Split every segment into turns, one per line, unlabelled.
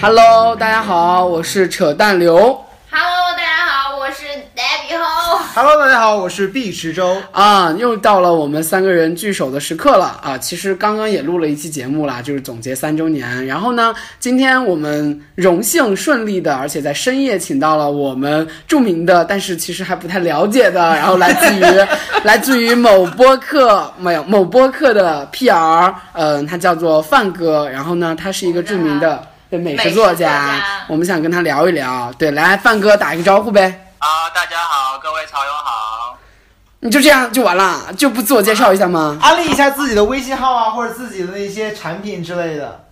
Hello，大家好，我是扯淡刘
Hello，大家好，我是 Debbie Ho。
Hello，大家好，我是毕池洲。
啊，又到了我们三个人聚首的时刻了啊！其实刚刚也录了一期节目啦，就是总结三周年。然后呢，今天我们荣幸顺利的，而且在深夜请到了我们著名的，但是其实还不太了解 的，然后来自于来自于某播客没有某播客的 PR，嗯、他叫做范哥。然后呢，他是一个著名的。对美食
啊美食
作
作
家
家，
我们想跟他聊一聊。对，来，范哥打一个招呼呗。
啊，大家好，各位潮友好。
你就这样就完了，就不自我介绍一下吗？
安利一下自己的微信号啊，或者自己的那些产品之类的，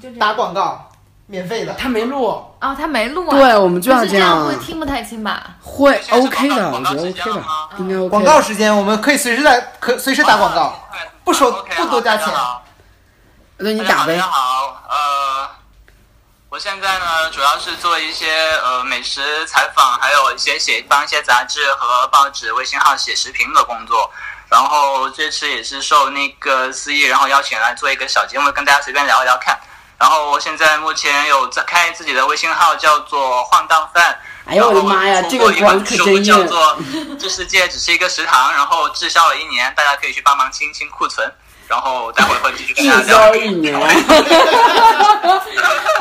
就这样
打广告，免费的。
他没录，
哦，他没录啊。
对我们就要
可是这
样
会，听不太清吧？
会
现在是
OK 的，我
广
觉
告
得
时
OK
间了
的
吗，
应该 OK 的。
广告时间，我们可以随时在，可随时打广告。
啊
不收不多加钱
那
你
你打
大
呗
家。好，呃，我现在呢主要是做一些呃美食采访，还有一些写帮一些杂志和报纸微信号写时评的工作。然后这次也是受那个思议，然后邀请来做一个小节目，跟大家随便聊一聊看。然后我现在目前有在开自己的微信号，叫做“晃荡饭”。
哎呦我的妈呀，这
个
个广可真
叫
硬。
做《这世界只是一个食堂》，然后滞销了一年，大家可以去帮忙清清库存。然后待会儿会继续跟 大
滞
家聊
销。一年。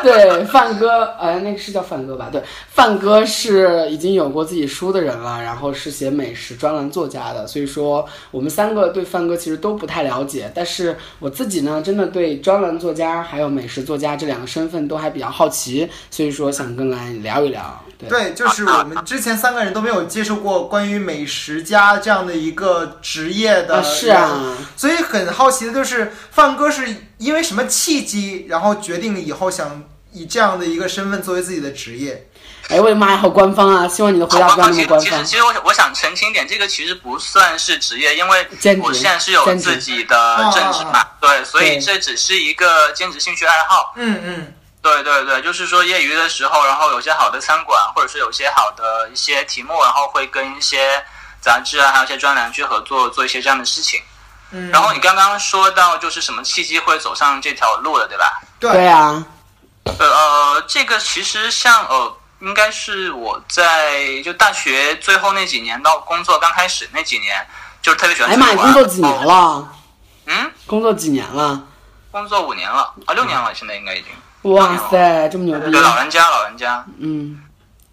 对，范哥，呃，那个是叫范哥吧？对，范哥是已经有过自己书的人了，然后是写美食专栏作家的，所以说我们三个对范哥其实都不太了解，但是我自己呢，真的对专栏作家还有美食作家这两个身份都还比较好奇，所以说想跟来聊一聊。对，啊
对，就是我们之前三个人都没有接受过关于美食家这样的一个职业的、
啊，是，啊，
所以很好奇的就是范哥是因为什么契机，然后决定以后想以这样的一个身份作为自己的职业。
哎，我的妈呀，好官方啊！希望你的回答不要那么官
其实
方。
其实我我想澄清一点，这个其实不算是职业，因为
兼职
我现在是有
兼职
自己的正职嘛，对，所
对
以这只是一个兼职兴趣爱好。
嗯嗯，
对对对，就是说业余的时候，然后有些好的餐馆，或者是有些好的一些题目，然后会跟一些杂志啊，还有一些专栏去合作，做一些这样的事情。
嗯
然后你刚刚说到，就是什么契机会走上这条路了，对吧？
对
对啊，
呃呃，这个其实像呃，应该是我在就大学最后那几年到工作刚开始那几年，就是特别喜欢
哎
出
呀妈，
去玩。
你工作几年
哦？
了？
嗯，
工作几年了？
工作五年了啊，六年
嗯
了，现在应该已经。
哇塞，这么牛逼
对，！老人家，老人家。
嗯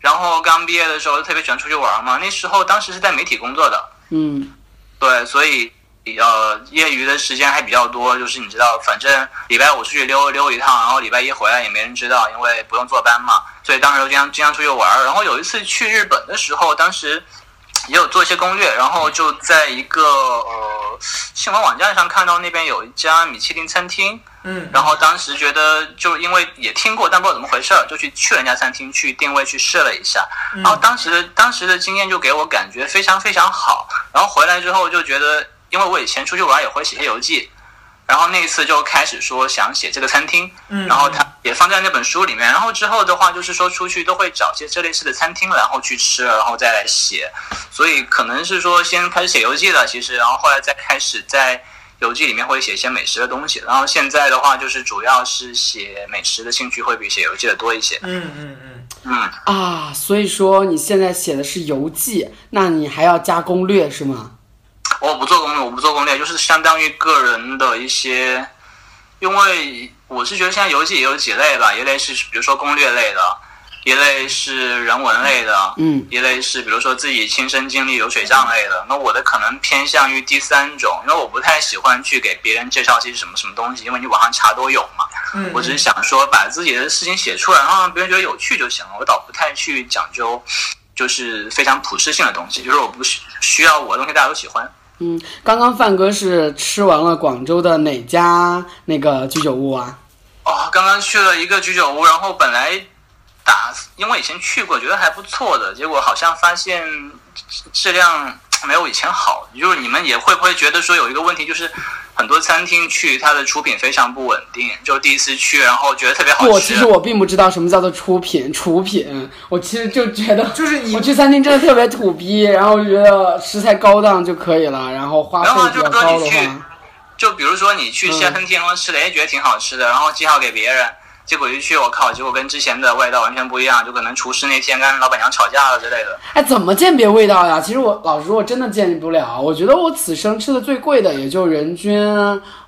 然后刚毕业的时候就特别喜欢出去玩嘛，那时候当时是在媒体工作的，
嗯，
对，所以呃业余的时间还比较多，就是你知道，反正礼拜五出去溜溜一趟，然后礼拜一回来也没人知道，因为不用坐班嘛，所以当时就经常经常出去玩儿。然后有一次去日本的时候，当时也有做一些攻略，然后就在一个呃新闻网站上看到那边有一家米其林餐厅，
嗯
然后当时觉得，就因为也听过，但不知道怎么回事儿，就去去人家餐厅去定位去试了一下。
嗯
然后哦当时的当时的经验就给我感觉非常非常好。然后回来之后就觉得，因为我以前出去玩也会写些游记，然后那一次就开始说想写这个餐厅，
嗯
然后它也放在那本书里面。然后之后的话，就是说出去都会找一些这类似的餐厅，然后去吃，然后再来写。所以可能是说先开始写游记了，其实，然后后来再开始在游记里面会写一些美食的东西。然后现在的话，就是主要是写美食的兴趣会比写游记的多一些。
嗯嗯嗯，
嗯，
啊，所以说你现在写的是游记，那你还要加攻略是吗？
我不做攻略，我不做攻略，就是相当于个人的一些，因为我是觉得现在游记也有几类吧，一类是比如说攻略类的，一类是人文类的，
嗯，
一类是比如说自己亲身经历流水账类的。那我的可能偏向于第三种，因为我不太喜欢去给别人介绍些什么什么东西，因为你网上查都有嘛。
嗯
我只是想说把自己的事情写出来，然后让别人觉得有趣就行了。我倒不太去讲究，就是非常普适性的东西，就是我不需需要我的东西大家都喜欢。
嗯，刚刚范哥是吃完了广州的哪家那个居酒屋啊？
哦，刚刚去了一个居酒屋，然后本来打，因为以前去过，觉得还不错的，结果好像发现质质量没有以前好。就是你们也会不会觉得说有一个问题，就是很多餐厅去它的出品非常不稳定，就第一次去，然后觉得特别好
我其
吃
实。我并不知道什么叫做出品，厨品，我其实就觉得
就是你
我去餐厅真的特别土逼，然后觉得食材高档就可以了，然后花
然后
费
就
比
是
较
说
高的
你去
话，
就比如说你去西餐厅然后吃了，哎，觉得挺好吃的，然后介绍给别人，结果一去，我靠，结果跟之前的味道完全不一样，就可能厨师那天跟老板娘吵架了之类的。
哎，怎么鉴别味道呀？其实我老实说，我真的鉴别不了。我觉得我此生吃的最贵的也就人均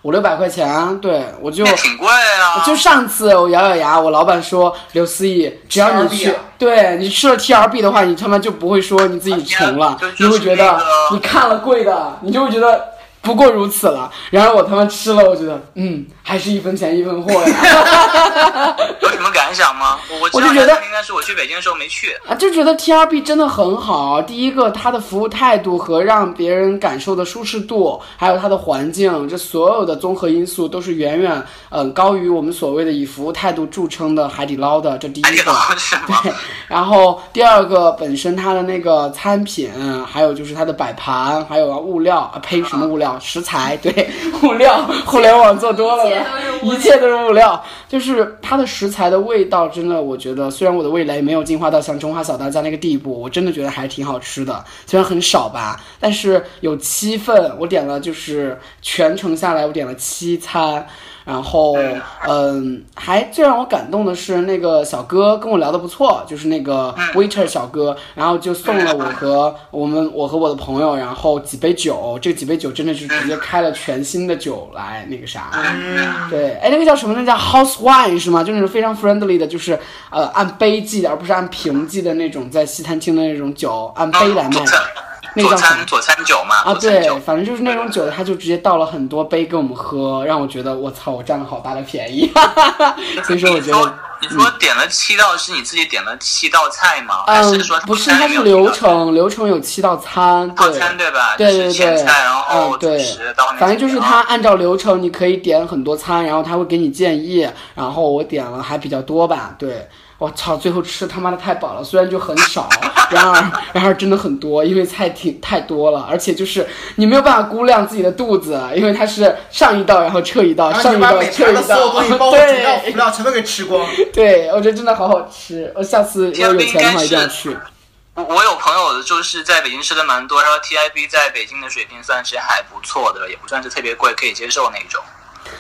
五六百块钱，对我 就
那挺贵啊，
就上次我咬咬牙，我老板说刘思义，只要你
TRB
去，
啊
对你吃了 T R B 的话，你他妈就不会说你自己穷了，
就
你
啊就是
会觉得
那个
你看了贵的，你就会觉得不过如此了。然后我他妈吃了，我觉得嗯，还是一分钱一分货呀，
有什么感想吗？我我知
我
道
就觉得
应该是我去北京的时候没去，
啊，就觉得 T R B 真的很好。啊第一个，它的服务态度和让别人感受的舒适度，还有它的环境，这所有的综合因素都是远远嗯、高于我们所谓的以服务态度著称的海底捞的。这第一
海底
个。
捞是吗？
然后第二个，本身它的那个餐品，还有就是它的摆盘，还有物料啊，呸，什么物料？食材，对， 物料，互联网做多了的，一
一
切都是物料，就是它的食材的味道，真的，我觉得虽然我的味蕾没有进化到像中华小当家那个地步，我真的觉得还挺好吃的，虽然很少吧，但是有七份，我点了就是全程下来我点了七餐。然后，嗯，还最让我感动的是那个小哥跟我聊得不错，就是那个 waiter 小哥，然后就送了我和我们我和我的朋友，然后几杯酒，这几杯酒真的是直接开了全新的酒来那个啥，
嗯，
对，哎，那个叫什么？那叫 house wine 是吗？就是非常 friendly 的，就是呃按杯计的，而不是按瓶计的那种，在西餐厅的那种酒按杯来卖
佐
的
餐
那个叫
佐
什么
餐佐餐酒嘛，
啊。
佐餐酒
对，。反正就是那种酒，他就直接倒了很多杯给我们喝，让我觉得我操，我占了好大的便宜。 所以说，我觉得。嗯
你说点了七道是你自己点了七道菜吗？还
嗯
是说，
不是，它是流程，流程有七道餐，
套
对，
餐对吧？
对
就是
对
前
对，
菜，然
嗯
后主
对
食到后，面啊
反正就是
甜
他按照流程，你可以点很多餐，然后他会给你建议，然后我点了还比较多吧，对。我操！最后吃他妈的太饱了，虽然就很少，然而然而真的很多，因为菜挺太多了，而且就是你没有办法估量自己的肚子，因为它是上一道然后撤一道，
然后
上
你
一
把
道
每
撤
盘的
一
所有东西，包
道，
括主料、
对
辅料全都给吃光。
对，我觉得真的好好吃，我下次要有钱的话一定要去。
我我有朋友就是在北京吃的蛮多，然后 TIB 在北京的水平算是还不错的，也不算是特别贵，可以接受那种。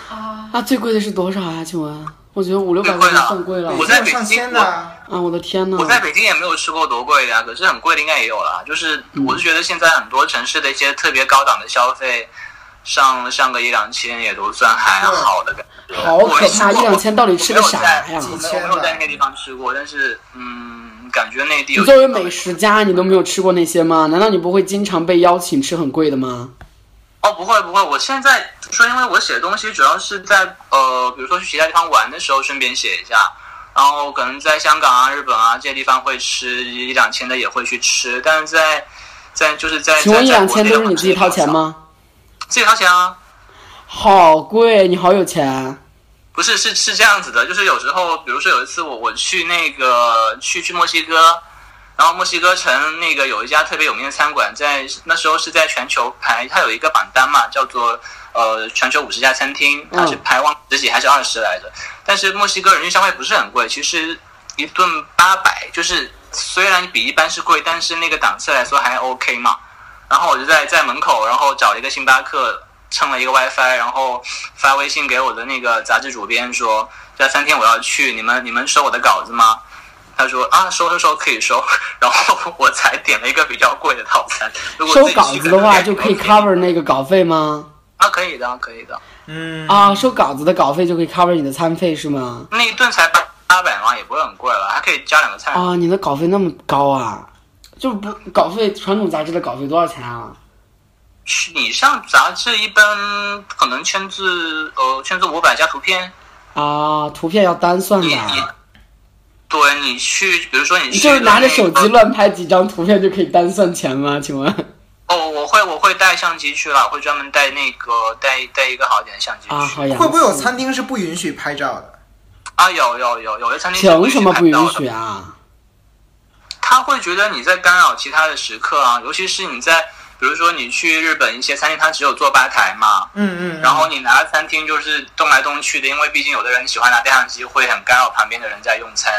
啊，
啊，最贵的是多少啊？请问？我觉得五六百
最
块
贵
钱
的
算贵了
我在
有
北京
上千的啊，
啊！我的天呐！
我在北京也没有吃过多贵的、啊，可是很贵的应该也有了。就是
嗯
我是觉得现在很多城市的一些特别高档的消费，上上个一两千也都算还
嗯
好的感觉。
好可怕！
我
一两千到底吃个啥呀？
我没
千
有我没有
吧
在那个地方吃过，但是嗯，感觉内地
你
有
作为美食家，你都没有吃过那些吗？难道你不会经常被邀请吃很贵的吗？
哦，不会不会，我现在说，因为我写东西主要是在呃，比如说去其他地方玩的时候顺便写一下，然后可能在香港啊、日本啊这些地方会吃一两千的也会去吃，但是在在就是在
请问一
在在
两
国
千
内
都
的
是
话
你自己掏钱？吗？
自己掏钱啊，
好贵！你好有钱。
不是是是这样子的，就是有时候，比如说有一次我我去那个去去墨西哥。然后墨西哥城那个有一家特别有名的餐馆，在那时候是在全球排，它有一个榜单嘛，叫做呃全球五十家餐厅，它是排忘十几还是二十来着。但是墨西哥人均消费不是很贵，其实一顿八百，就是虽然比一般是贵，但是那个档次来说还 OK 嘛。然后我就在在门口，然后找了一个星巴克，蹭了一个 WiFi，然后发微信给我的那个杂志主编说，这三天我要去，你们你们收我的稿子吗？他说啊，收收收，可以收。 然后我才点了一个比较贵的套餐。如果
收
自己去
稿子的话就可以
能点
cover 那个稿费吗？
啊，可以的，可以的。
嗯，
啊，收稿子的稿费就可以 cover 你的餐费是吗？
那一顿才八八百嘛，也不是很贵了，还可以加两个菜。
啊，你的稿费那么高啊？就不稿费，传统杂志的稿费多少钱啊？
你上杂志一般可能签字，呃，签字五百加图片。
啊，图片要单算
你
的。
你，对你去，比如说你
你
去
就是拿着手
那
机
个
乱拍几张图片就可以单算钱吗？请问
哦，我会我会带相机去了，我会专门带那个带带一个好一点的相机去。
啊，好呀，
会不会有餐厅是不允许拍照的？
啊有有有有的餐厅是
凭什么不
拍照
允
的
许啊？
他会觉得你在干扰其他的食客啊，尤其是你在比如说你去日本一些餐厅，它只有坐吧台嘛，
嗯嗯，
然后你拿餐厅就是动来动去的，因为毕竟有的人喜欢拿照相机，会很干扰旁边的人在用餐，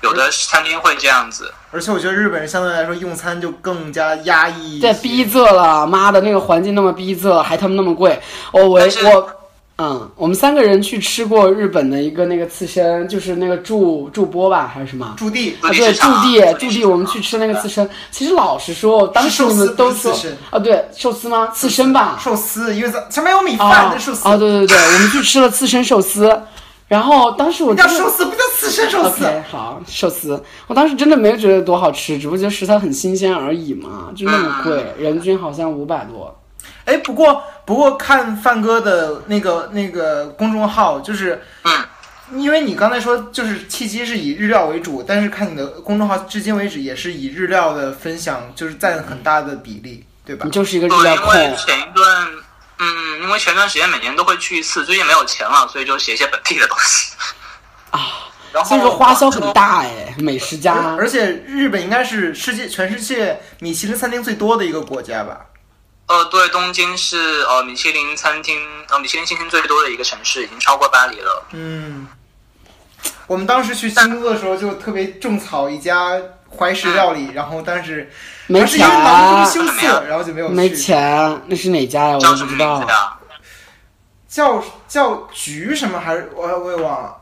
有的餐厅会这样子。
而且我觉得日本人相对来说用餐就更加压抑一些，
哦这逼仄了，妈的那个环境那么逼仄，还他妈那么贵，我我
但是
我嗯，我们三个人去吃过日本的一个那个刺身，就是那个驻驻波吧，还是什么？
驻地
啊，
驻地
对，
市
驻
场
地，
驻地
驻
市
地，
场
我们去吃那个刺身。其实老实说，当时
是寿
你
司
们都
不是
说
刺身
啊，对，寿司吗？刺身吧。
寿司，因为咱前面有米饭，
啊
那寿司
啊，对对对，我们去吃了刺身寿司，然后当时我
叫
真的
寿司，不叫刺身寿司。
OK，好，寿司，我当时真的没有觉得多好吃，只不过觉得食材很新鲜而已嘛，就那么贵，
嗯
人均好像五百多。
哎，不过不过看范哥的那个那个公众号，就是
嗯，
因为你刚才说就是契机是以日料为主，但是看你的公众号至今为止也是以日料的分享就是占很大的比例，对吧
你？嗯就是一个日
对，
料
因为
控，
前一段，嗯，因为前段时间每年都会去一次，最近没有钱了，所以就写一些本地的东西
啊。
然后
所以说花销很大哎，美食
而
家。
而且日本应该是世界全世界米其林餐厅最多的一个国家吧？
呃，对，东京是呃米其林餐厅，呃米其林星星最多的一个城市，已经超过巴黎
哦
了。
嗯，我们当时去京都的时候就特别种草一家怀石料理，然后但是
没
但是因
钱
为
啊
忙于羞涩，然后嗯就没有去。
没钱，那是哪家呀？我
叫
都
什
不
么
知
名
道
字。啊呀？
叫叫菊什么还是我我也忘了，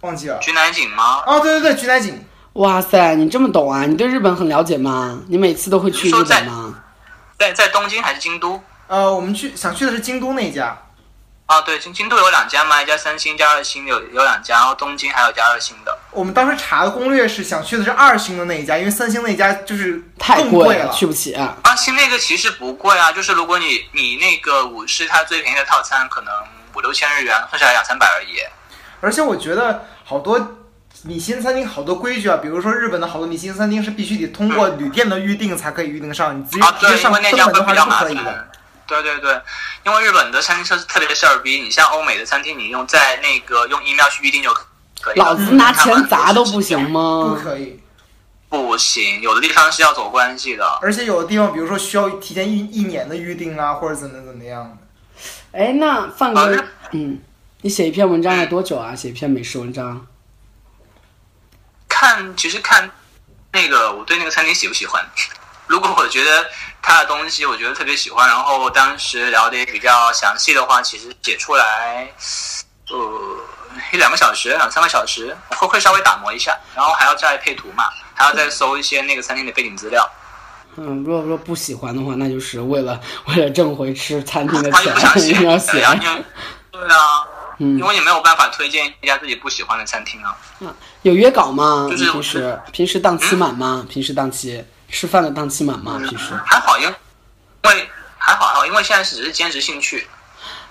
忘记了。
菊南井吗？
哦，对对对，菊乃井。
哇塞，你这么懂啊？你对日本很了解吗？你每次都会去日本吗？
在在东京还是京都？
呃，我们去想去的是京都那家，
啊，对，京京都有两家嘛，一家三星，一家二星，有有两家，然后东京还有一家二星的。
我们当时查的攻略是想去的是二星的那一家，因为三星那一家就是
太
更贵
了，
了。
去不起啊。
二星那个其实不贵啊，就是如果你你那个五是它最便宜的套餐可能五六千日元，算下来两三百而已。
而且我觉得好多米其林餐厅好多规矩啊，比如说日本的好多米其林餐厅是必须得通过旅店的预订才可以预订上，你直接、
嗯啊，
直
对，
接
因
上
为
根
那家
本
会
的话是
比较
不
麻
可以的
烦。。对对对，因为日本的餐厅设施特别事儿逼，你像欧美的餐厅，你用在那个用 email 去预定就可以了。嗯
老子拿钱砸都不行
不
吗？
可以，
不行，有的地方是要走关系的。
而且有的地方，比如说需要提前一一年的预定啊，或者怎么怎么样的。
哎，那范
啊
哥
那，
嗯，你写一篇文章要多久啊？写一篇美食文章？
看，其实看那个我对那个餐厅喜不喜欢。如果我觉得他的东西我觉得特别喜欢，然后当时聊的也比较详细的话，其实写出来，呃，一两个小时、两三个小时，会会稍微打磨一下，然后还要再配图嘛，还要再搜一些那个餐厅的背景资料。
嗯，如果说不喜欢的话，那就是为了为了挣回吃餐厅的
他又 不想写，
钱要写
对。啊，因为对啊，
嗯
因，为你没有办法推荐一家自己不喜欢的餐厅啊。
有约稿吗？
就是嗯
你平时平时档期满吗？平时档期吃饭的档期满吗？平时？
还好，因为还好还好，因为现在只是兼职兴趣。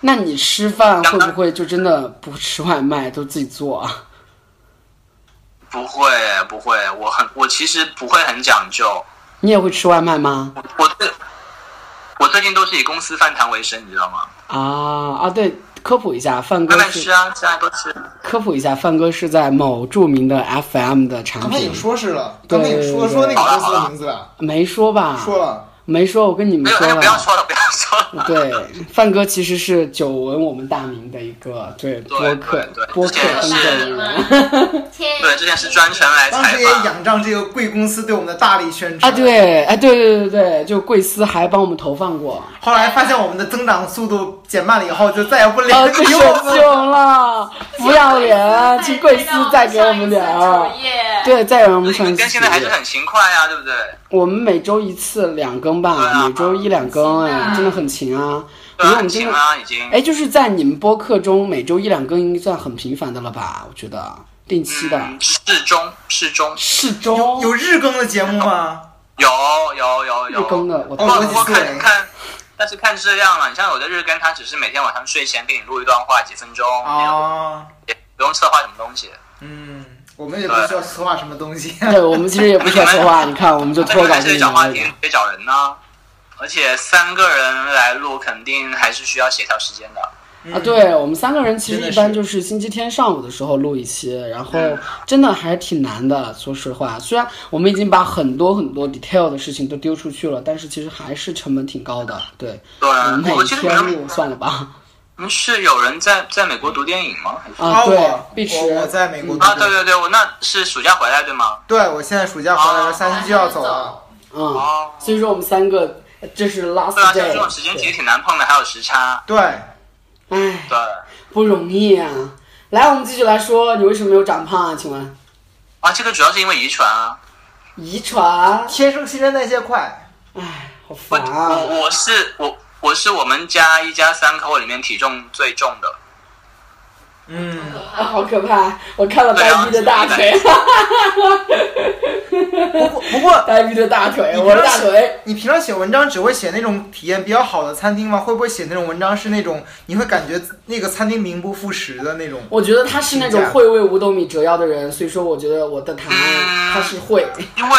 那你吃饭会不会就真的不吃外卖，都自己做啊？
不会不会，我很我其实不会很讲究，
你也会吃外卖吗？
我我最我最近都是以公司饭堂为生，你知道吗？
啊啊，对，科普一下，范
外
哥
卖吃
是
啊，现在都吃。
科普一下，范哥是在某著名的 FM 的产
刚才已
品
经，说是了，
对
刚才已经说
对
说那
对
个公
好
司
了好
的
了
名字了，
没说吧？
说了。
没说，我跟你们
没有，
说
哎呀，不要
了。
说了，不要说 了。
对，范哥其实是久闻我们大名的一个对播
对
客
对
播客
之
工
前
作
是
人员。
天
对，之前是专程来
当
采
时也
访。
仰仗这个贵公司对我们的大力宣
啊，
传。。
对，哎，对对对对，就贵司还帮我们投放过，
后来发现我们的增长速度减慢了以后，就再也不
哎
理
啊，最
理
受
我
气
们。
了，不要脸，啊请贵司再给我们点儿。对，再让我们
你
上一
们
次
更新的还是很勤快呀、对不对？
我们每周一次两更
对
吧，
啊
每周一两更，哎，真的很勤啊。我觉得我
对啊，
们
很
真
勤
的，
啊，已经。
哎，就是在你们播客中每周一两更，应该算很频繁的了吧？我觉得定期的，
嗯，适中适中，
适
有
中
有日更的节目吗？
有有有有
日更的，我
不
当
过
哦
不过
我几岁
看看，但是看质量了。你像有的日更，他只是每天晚上睡前给你录一段话，几分钟，
哦
啊，
也不用策划什么东西。
嗯，我们也不需要策划什么东西。
对啊我们其实也不需要说话，你看我们就
但
脱
是
稿
还
给
是
你
得找话
们
题，得找人呢。而且三个人来录，肯定还是需要协调时间的。
嗯
啊，对我们三个人其实
真
一
的
般
是嗯
就是星期天上午的时候录一期，然后真的还挺难的。说实话，虽然我们已经把很多很多 detail 的事情都丢出去了，但是其实还是成本挺高的。对，
对
我们，每
我记得
天
嗯你
录算了吧。
们是有人在在美国读电影吗？还是
啊，对
我，
碧池，
我我在美国
嗯
读
啊，对对对，我那是暑假回来对吗？
对，我现在暑假回来了，
啊
三星就要走了。
嗯，
哦，
所以说我们三个这是 last
对啊，像
day，
这种时间其实
对
挺难碰的，还有时差。
对，
唉，
对，
不容易啊。来，我们继续来说，你为什么没有长胖啊？请问，
啊，这个主要是因为遗传啊。
遗传？
天生新陈代谢快，
唉，好
我
烦啊！
我我是我我是我们家一家三口里面体重最重的，
嗯，
啊，好可怕！我看了
啊
呆逼的大腿，
啊
不过 不过
呆逼的大腿，我的大腿。
你平常写文章只会写那种体验比较好的餐厅吗？会不会写那种文章是那种你会感觉那个餐厅名不副实的那种？
我觉得他是那种会为五斗米折腰的人，所以说我觉得我的答
啊
案他是会。
因为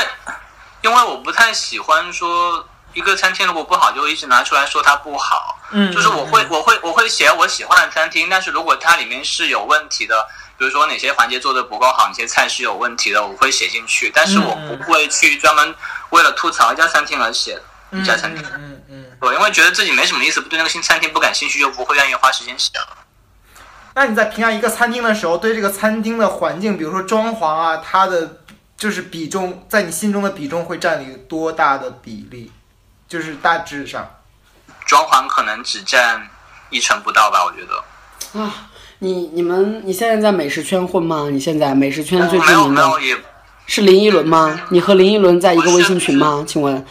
因为我不太喜欢说一个餐厅如果不好就一直拿出来说它不好，
嗯
就是我会我会我会写我喜欢的餐厅，但是如果它里面是有问题的，比如说哪些环节做的不够好，哪些菜是有问题的，我会写进去，但是我
嗯
不会去专门为了吐槽一家餐厅而写一
嗯
家餐厅。
嗯嗯。
对，因为觉得自己没什么意思，对那个新餐厅不感兴趣，就不会愿意花时间写了。
那你在评价一个餐厅的时候，对这个餐厅的环境，比如说装潢啊，它的就是比重，在你心中的比重会占领多大的比例？就是大致上，
装潢可能只占一成不到吧，我觉得。
啊，你你们你现在在美食圈混吗？你现在美食圈最
没
著
有
名
嗯没有嗯
的
也
是林依轮吗？你和林依轮在一个微信群吗？请问，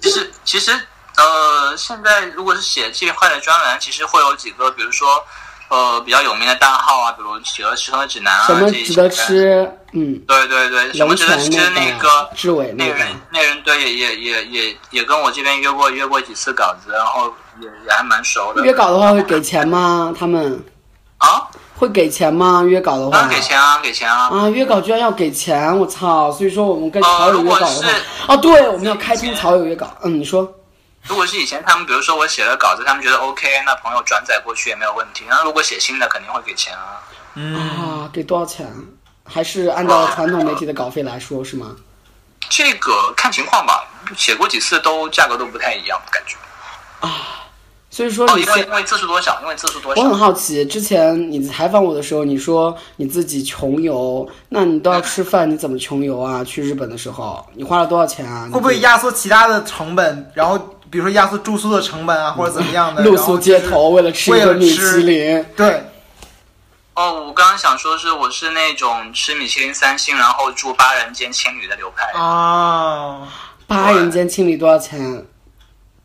其实其实呃，现在如果是写这一块的专栏，其实会有几个，比如说呃比较有名的大号啊，比如企鹅吃喝指南啊，
什么
这一
值
些
得？吃？嗯，
对对对，什么
龙
值
泉
得吃那
那
个。
志伟
那
那
个
个，
人，那个人对也也也也也跟我这边约过约过几次稿子，然后也也还蛮熟的
约稿的话会给钱吗？他们
啊，
会给钱吗？约稿的
当
话
然给钱啊，给钱啊，
啊，约稿居然要给钱，我操！所以说我们
啊
跟
呃
草友
如
嗯约
果
稿的话
是，
哦，对，我们要开通草友约稿。嗯，你说，
如果是以前他们，比如说我写了稿子，他们觉得 OK，那朋友转载过去也没有问题。那如果写新的，肯定会给钱啊。
啊，给多少钱？还是按照传统媒体的稿费来说是吗？
这个看情况吧，写过几次都价格都不太一样，感觉。
所以说
哦，
你
因为
现
因为字数多少，因为字数多
我很
少，
好奇，之前你采访我的时候，你说你自己穷游，那你都要吃饭，你怎么穷游啊？去日本的时候，你花了多少钱啊？
会不会
你
压缩其他的成本？然后比如说压缩住宿的成本啊，或者怎么样的？
露
然后
宿
就
街
是
头为了吃一
为
顿
了
米
吃
其林？
对，
哦，我刚刚想说是我是那种吃米其林三星，然后住八人间青旅的流
嗯
派。
啊，
八人间清理多少钱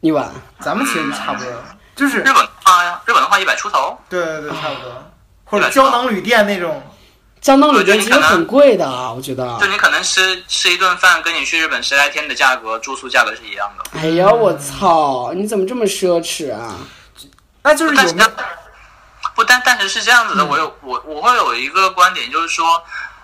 一晚？
咱们其实差不多，就是
日本的话呀，日本的话一百出头，
对对对，差不多，或者胶囊旅店那种，
江东旅店其实很贵的啊，我觉得。
就你可能吃吃一顿饭，跟你去日本十来天的价格，住宿价格是一样的。
哎呀，我操！你怎么这么奢侈啊？
那就是
但
有
是
没有？嗯
不但但是是这样子的，我有我我会有一个观点，就是说，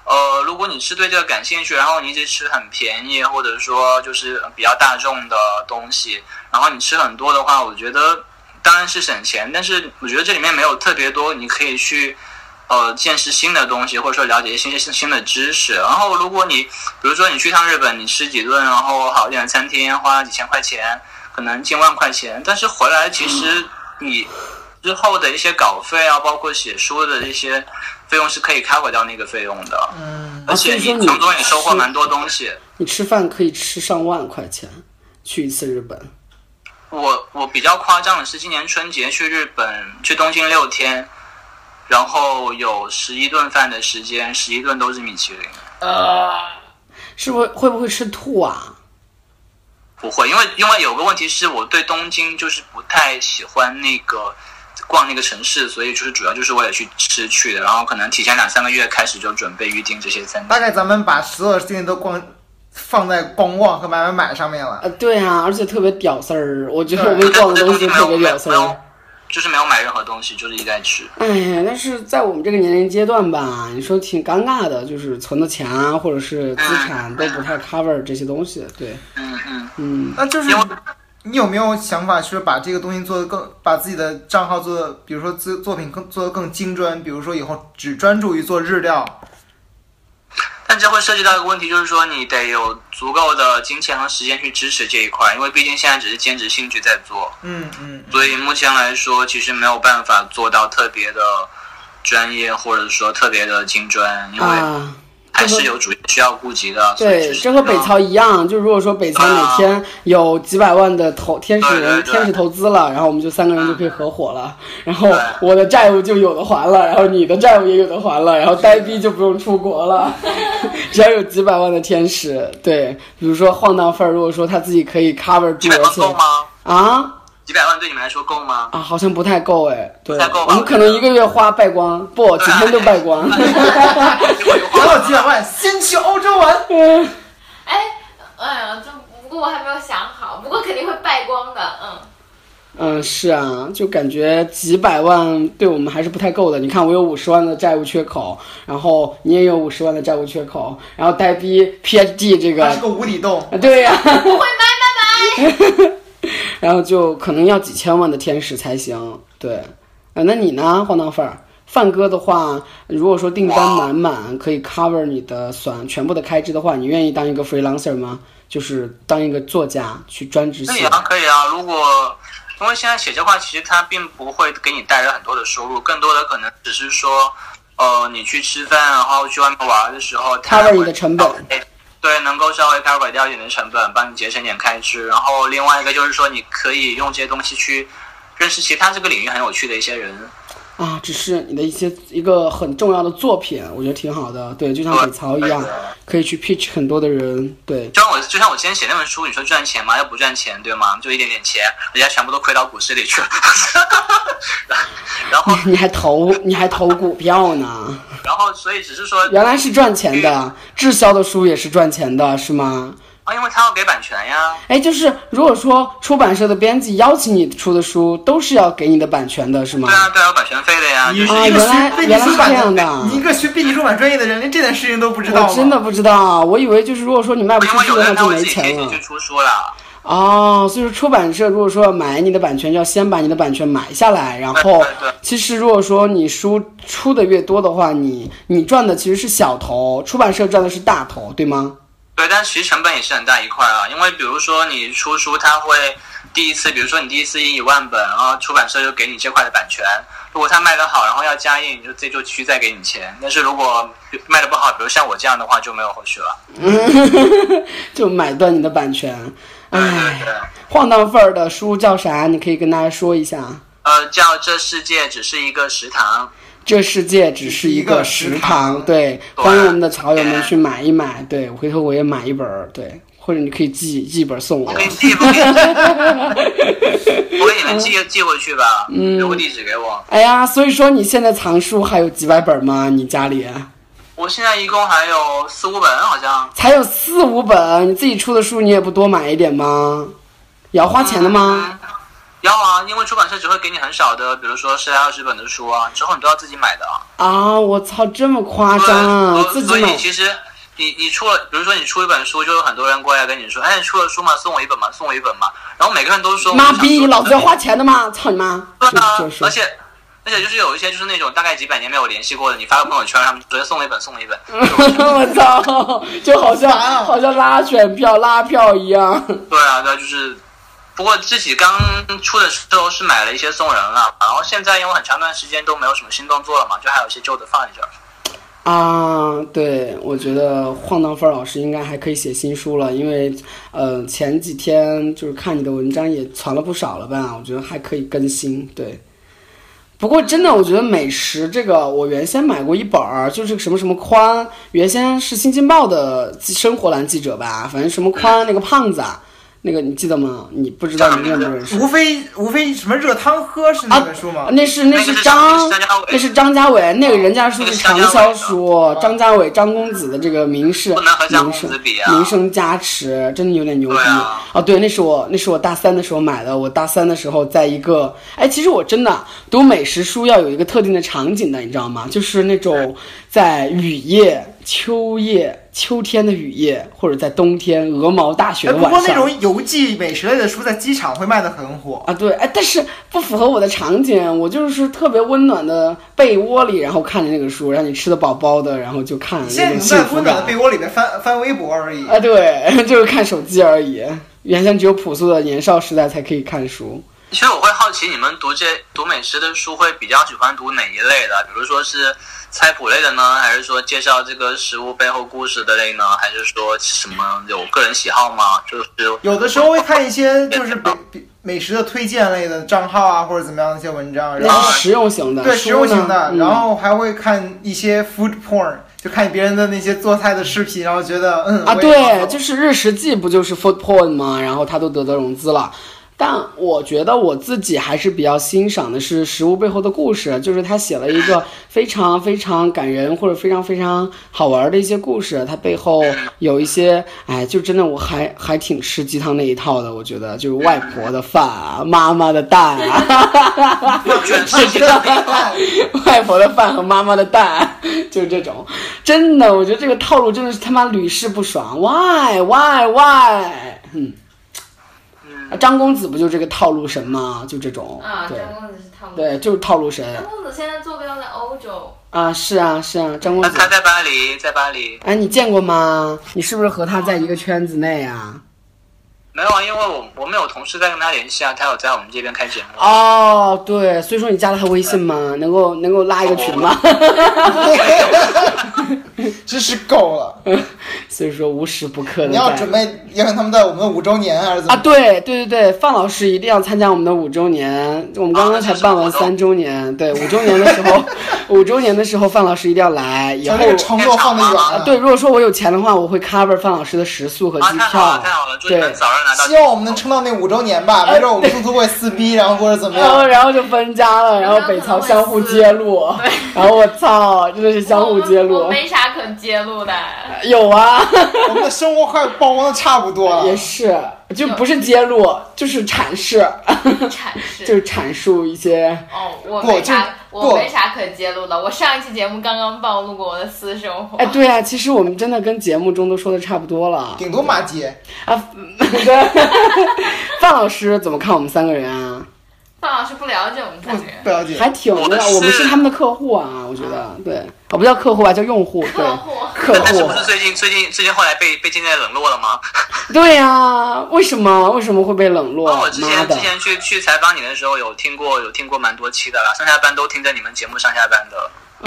呃，如果你是对这个感兴趣，然后你一直吃很便宜，或者说就是比较大众的东西，然后你吃很多的话，我觉得当然是省钱，但是我觉得这里面没有特别多你可以去。呃，见识新的东西，或者说了解一些新新的知识。然后，如果你比如说你去趟日本，你吃几顿，然后好一点的餐厅花几千块钱，可能近万块钱，但是回来其
嗯
实你之后的一些稿费啊，包括写书的一些费用是可以 cover 掉那个费用的。
嗯，
而且
哦所以说
你
你
从中也收获蛮多东西。
你吃饭可以吃上万块钱，去一次日本。
我我比较夸张的是，今年春节去日本去东京六天，然后有十一顿饭的时间，十一顿都是米其林。
是不是会不会吃吐啊？
不会，因为因为有个问题是我对东京就是不太喜欢那个逛那个城市，所以就是主要就是为了去吃去的，然后可能提前两三个月开始就准备预定这些餐
大
厅。
概咱们把所有事情都逛放在逛逛和买买买上面了。
呃，对啊，而且特别屌丝儿。我觉得
对
我们逛
但
的
哎我 在
东
东
西
京没
特别
有没
屌
有
丝
没有
儿。，
就是没有买任何东西，就是一直在吃。
哎呀，但是在我们这个年龄阶段吧，你说挺尴尬的，就是存的钱啊，或者是资产都不太 cover 这些东西。对，
嗯嗯，
嗯，
那就是
因为
你有没有想法，就是把这个东西做得更，把自己的账号做得，比如说作作品更做得更精专，比如说以后只专注于做日料。
但这会涉及到一个问题，就是说你得有足够的金钱和时间去支持这一块，因为毕竟现在只是兼职兴趣在做。
嗯嗯，
所以目前来说，其实没有办法做到特别的专业，或者说特别的精专，因为
啊，
还是有主业需要顾及的。所以
对
就，是嗯啊
这和北曹一样，就如果说北曹哪天有几百万的投天使
对对对
天使投资了，然后我们就三个人就可以合伙了，然后
对
我的债务就有的还了，然后你的债务也有的还了，然后呆逼就不用出国 了，只要有几百万的天使，对，比如说晃荡范儿，如果说他自己可以 cover
几
住，
百
而
万
且
够吗？
啊
几百万对你们来说够吗？
啊，好像不太够哎，对，
不太够吧
我们可能一个月花败光，不，几天都败 光，
拿到几百万，先去欧洲 玩。
哎，哎呀，这不过我还没有想好，不过肯定会败光的，嗯。
嗯，是啊，就感觉几百万对我们还是不太够的。你看，我有五十万的债务缺口，然后你也有五十万的债务缺口，然后呆逼 PhD 这个
它是，个无底洞，
啊对呀、
不会买 买买，
然后就可能要几千万的天使才行。对，啊，那你呢，晃荡范儿？范哥的话，如果说订单满满，可以 cover 你的算全部的开支的话，你愿意当一个 freelancer 吗？就是当一个作家去专职
那
写
也啊，可以啊。如果因为现在写这块，其实它并不会给你带来很多的收入，更多的可能只是说，呃，你去吃饭，然后去外面玩的时候它
cover
会
你的成本。
对，能够稍微 cover 掉一点的成本，帮你节省一点开支。然后另外一个就是说，你可以用这些东西去认识其他这个领域很有趣的一些人。
啊，只是你的一些一个很重要的作品，我觉得挺好的。对，就像北曹一样，可以去 pitch 很多的人。对，
就像我就像我之前写那本书，你说赚钱吗？又不赚钱，对吗？就一点点钱，人家全部都亏到股市里去了。 然后，
你还投你还投股票呢，
然后，所以只是说，
原来是赚钱的，滞销的书也是赚钱的，是吗？
啊，因为他要给版权呀。
哎，就是如果说出版社的编辑邀请你出的书，都是要给你的版权的，是吗
对？啊，对啊，有版权费的呀。就是
啊
一个
原来
学
原
编辑
来
出
是这样
版
的
你一个学编辑出版专业的人，连这点事情都不知道啊
我
吗？
真的不知道，啊我以为就是如果说你卖不
因
出
为
去
有
的
人
话
他
就
会
没
自己贴
钱
进
了
去出书了，
哦，所以说出版社如果说要买你的版权，就要先把你的版权买下来，然后
对对对
其实如果说你书出的越多的话，你你赚的其实是小头，出版社赚的是大头，对吗？
对，但其实成本也是很大一块啊。因为比如说你出书，他会第一次，比如说你第一次印一万本，然后出版社就给你这块的版权。如果他卖得好，然后要加印，就这就区再给你钱。但是如果卖得不好，比如像我这样的话，就没有后续了。
就买断你的版权。
对对
唉，
对，
晃荡范儿的书叫啥？你可以跟大家说一下。
呃，叫这世界只是一个食堂。
这世界只是一个食
一个食堂
对，
对
欢迎我们的草友们去买一买，对，回头我也买一本儿，对，或者你可以寄寄一本儿送我
我。给你寄，我给你 寄，我给你们寄寄回去吧，
嗯
留个地址给我。
哎呀，所以说你现在藏书还有几百本儿吗？你家里？
我现在一共还有四五本，好像
才有四五本，你自己出的书你也不多买一点吗？也要花钱的吗？？
嗯要啊，因为出版社只会给你很少的，比如说十来二十本的书啊，之后你都要自己买的。
啊，我操，这么夸张啊！
所
自
以
己
所以
买
其实你你出了，比如说你出一本书，就有很多人过来跟你说，哎，你出了书嘛，送我一本嘛，送我一本嘛。然后每个人都说，
妈
我想
逼，
说
老子要花钱的吗？操你妈！
对
就
啊
就，是，
而且而且就是有一些就是那种大概几百年没有联系过的，你发个朋友圈，他们直接送我一本，送我一本。
嗯 我操，就好 像
烦啊
好像拉选票拉票一样。
对啊，对啊，就是。不过自己刚出的时候是买了一些送人了，然后现在因为很长段时间都没有什么新动作了嘛，就还有一些旧的放在这儿。
啊，对，我觉得晃荡范儿老师应该还可以写新书了，因为，呃，前几天就是看你的文章也传了不少了吧，我觉得还可以更新。对，不过真的，我觉得美食这个，我原先买过一本儿，就是什么什么宽，原先是《新京报》的记生活栏记者吧，反正什么宽那个胖子啊，那个你记得吗？你不知道你认不认识？
无非无非什么热汤喝是那本书吗？
那是那
那个
是
是
张
张那是张家伟哦
那是张家伟，那个人家书是畅销书，
那是张家伟的
张家伟张公子的这个名士
不能和张
名
公
声
子比啊
名声加持，真的有点牛逼
对啊
哦，对，那是我那是我大三的时候买的，我大三的时候在一个哎，其实我真的读美食书要有一个特定的场景的，你知道吗？就是那种在雨夜、秋夜、秋天的雨夜，或者在冬天鹅毛大雪
哎，
的
不
晚
过
上。
那种游记美食类的书在机场会卖的很火。
啊，对，哎，但是不符合我的场景，我就是特别温暖的被窝里，然后看着那个书，让你吃的饱饱的，然后就看
你现
那
在
种
你
幸
在
福
温暖的
感。
被窝里面翻翻微博而已。
啊， 对，就是看手机而已。原先只有朴素的年少时代才可以看书，
其实我会好奇，你们读这读美食的书会比较喜欢读哪一类的？比如说是菜谱类的呢，还是说介绍这个食物背后故事的类呢？还是说什么有个人喜好吗？就是
有的时候会看一些就是美美美食的推荐类的账号啊，或者怎么样的一些文章，然
那
后
是实用型的，嗯
对实用型
的
的，，然后还会看一些 food porn，就看别人的那些做菜的视频，然后觉得嗯
嗯啊，
我也想
对，
做
就是日食记不就是 Food Porn 吗？然后他都得到融资了。但我觉得我自己还是比较欣赏的是食物背后的故事，就是他写了一个非常非常感人或者非常非常好玩的一些故事，它背后有一些，哎，就真的我还还挺吃鸡汤那一套的，我觉得就是外婆的饭啊，妈妈的蛋啊，
我觉得是这样。
外婆的饭和妈妈的蛋，就是这种，真的，我觉得这个套路真的是他妈屡试不爽，why why why，嗯，啊张公子不就这个套路神吗？就这种，
嗯啊，
对
张公子是套路。
对，就是套路神
张公子现在坐标在欧 洲，
啊，是啊是啊，张公
他
子，
他在巴黎，在巴黎
哎，你见过吗？你是不是和他在一个圈子内啊？
没有啊，因为我我们有同事在跟他联系啊，他有在我们这边开节目。啊
啊
哦，对，所以说你加了他微信吗？能够能够拉一个群吗？
哦真是 够了。
所以说无时不刻的。
你要准备邀请他们在我们的五周年还是怎
嗯啊，
么？
对对对对，范老师一定要参加我们的五周年，我们刚刚才办完三周年，对五周年的时候， 五周年的时候范老师一定要来，以
把
后
这个承诺放得远
啊
了。
对，，如果说我有钱的话，我会 cover 范老师的食宿和
啊，
机
太
票，
好了，太好了！祝你
对
们，早日拿到。
希望我们能撑到那五周年
啊
吧，没准我们中途会撕逼，然后或者怎么
然后
样。
然后就分家了，然后北朝相互揭露，然后我操，真的是相互揭
我
露
我，没啥可揭 露的。
有啊，
我们的生活快曝光的差不多
也
了。
是，就不是揭露，就是阐释，
阐释
就是阐述一些。
哦，我
不
没
就
啥，
不
我没啥可揭露的。我上一期节目刚刚暴露过我的私生活。
哎，对啊，其实我们真的跟节目中都说的差不多了。
顶多马姐，
啊，对，范老师怎么看我们三个人啊？
范老师不了解我们三个人
不，了解。
还挺的，我们是他们的客户啊，我觉得，对，哦，不叫客户啊，叫用户，对
客，户
客
但是
户
不，是最近最近最近后来被被渐渐冷落了吗？
对呀、为什么为什么会被冷落
哦那我？之
妈
前
的
之，前去去采访你的时候，有听过有听过蛮多期的啦，上下班都听着你们节目上下班的。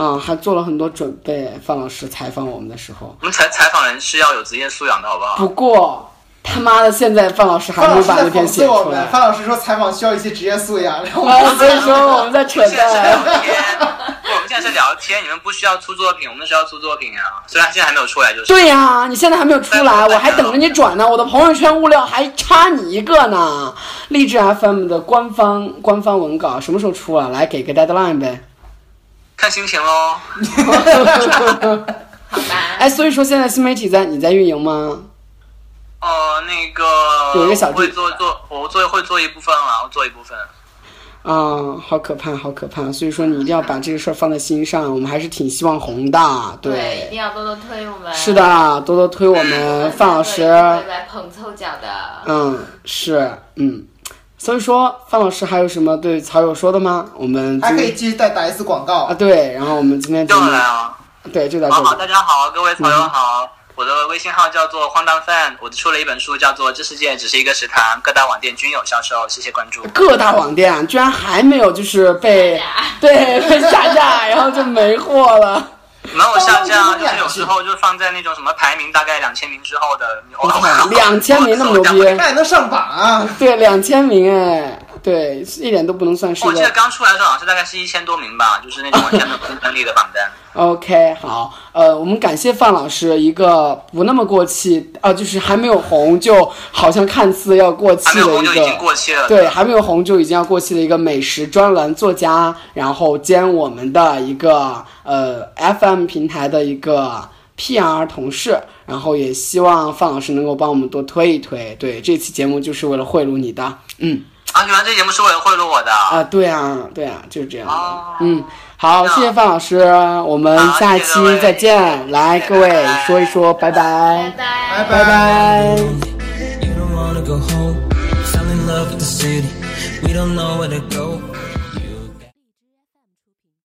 嗯，还做了很多准备。范老师采访我们的时候，
我们采采访人是要有职业素养的，好不好？
不过他妈的，现在范老师还没
范老
有
师
把那
在讽
篇写
刺我
出
们
来。，
范老师说采访需要一些职业素养，然后我
啊，
们
所以说我们在扯
现在是
淡。
聊天，不，我们现在是聊天，你们不需要出作品，我们是要出作品啊。虽然现在还没有出来，就是。
对呀、你现在还没有出来，我还等着你转呢。我的朋友圈物料还差你一个呢。励志 FM 的官方官方文稿什么时候出啊？来给个 deadline 呗。
看心情喽。
好吧？
哎，所以说现在新媒体在你在运营吗？
呃，那个
有一个小
我会
弟
做做，我做会做一部分啊，我做一部分。
啊、好可怕，好可怕！所以说你一定要把这个事儿放在心上，我们还是挺希望红的。
一
对，
定要多多推我们。
是，的，多多推我们范老师。
来捧臭脚的。
嗯，是，嗯。所以说范老师还有什么对草友说的吗？我们
还
今
可以继续再打一次广告
啊，。对，然后我们今天节
又
目
来啊！
对就到
好
这
好，
里。
大家好，各位朋友好，我的微信号叫做荒诞饭，我出了一本书叫做《这世界只是一个食堂》，各大网店均有销售，谢谢关注。
各大网店啊居然还没有就是被
下架
对被下 架，然后就没货了。
没有下架，就是有时候就放在那种什么排名大概两千名之后的，你偶 尔
两千名那么牛逼，
那也能上 榜啊！
对，两千名哎，对，一点都不能算是
我
一
记得
个。
刚出来的时候好像是大概是一千多名吧，就是那种完全没有竞争力的榜单。
OK，好，呃，我们感谢范老师一个不那么过气啊、就是还没有红，就好像看似要过
还没
气
有
的
红
一
就已经
个。
过期了。
对，还没有红就已经要过气的一个美食专栏作家，然后兼我们的一个呃 FM 平台的一个 PR 同事，然后也希望范老师能够帮我们多推一推。对，这期节目就是为了贿赂你的，嗯
啊，原来这节目是为了贿赂我的。
啊，对啊，对啊，就是这样的，
哦
嗯。好，
那
谢谢范老师，我们
好
下
谢谢
期
各位
再见。来，各位说一说，拜
拜
拜，
拜。
拜
拜
拜。
You don't wanna go home. Fell in love with the city. We don't know where to go.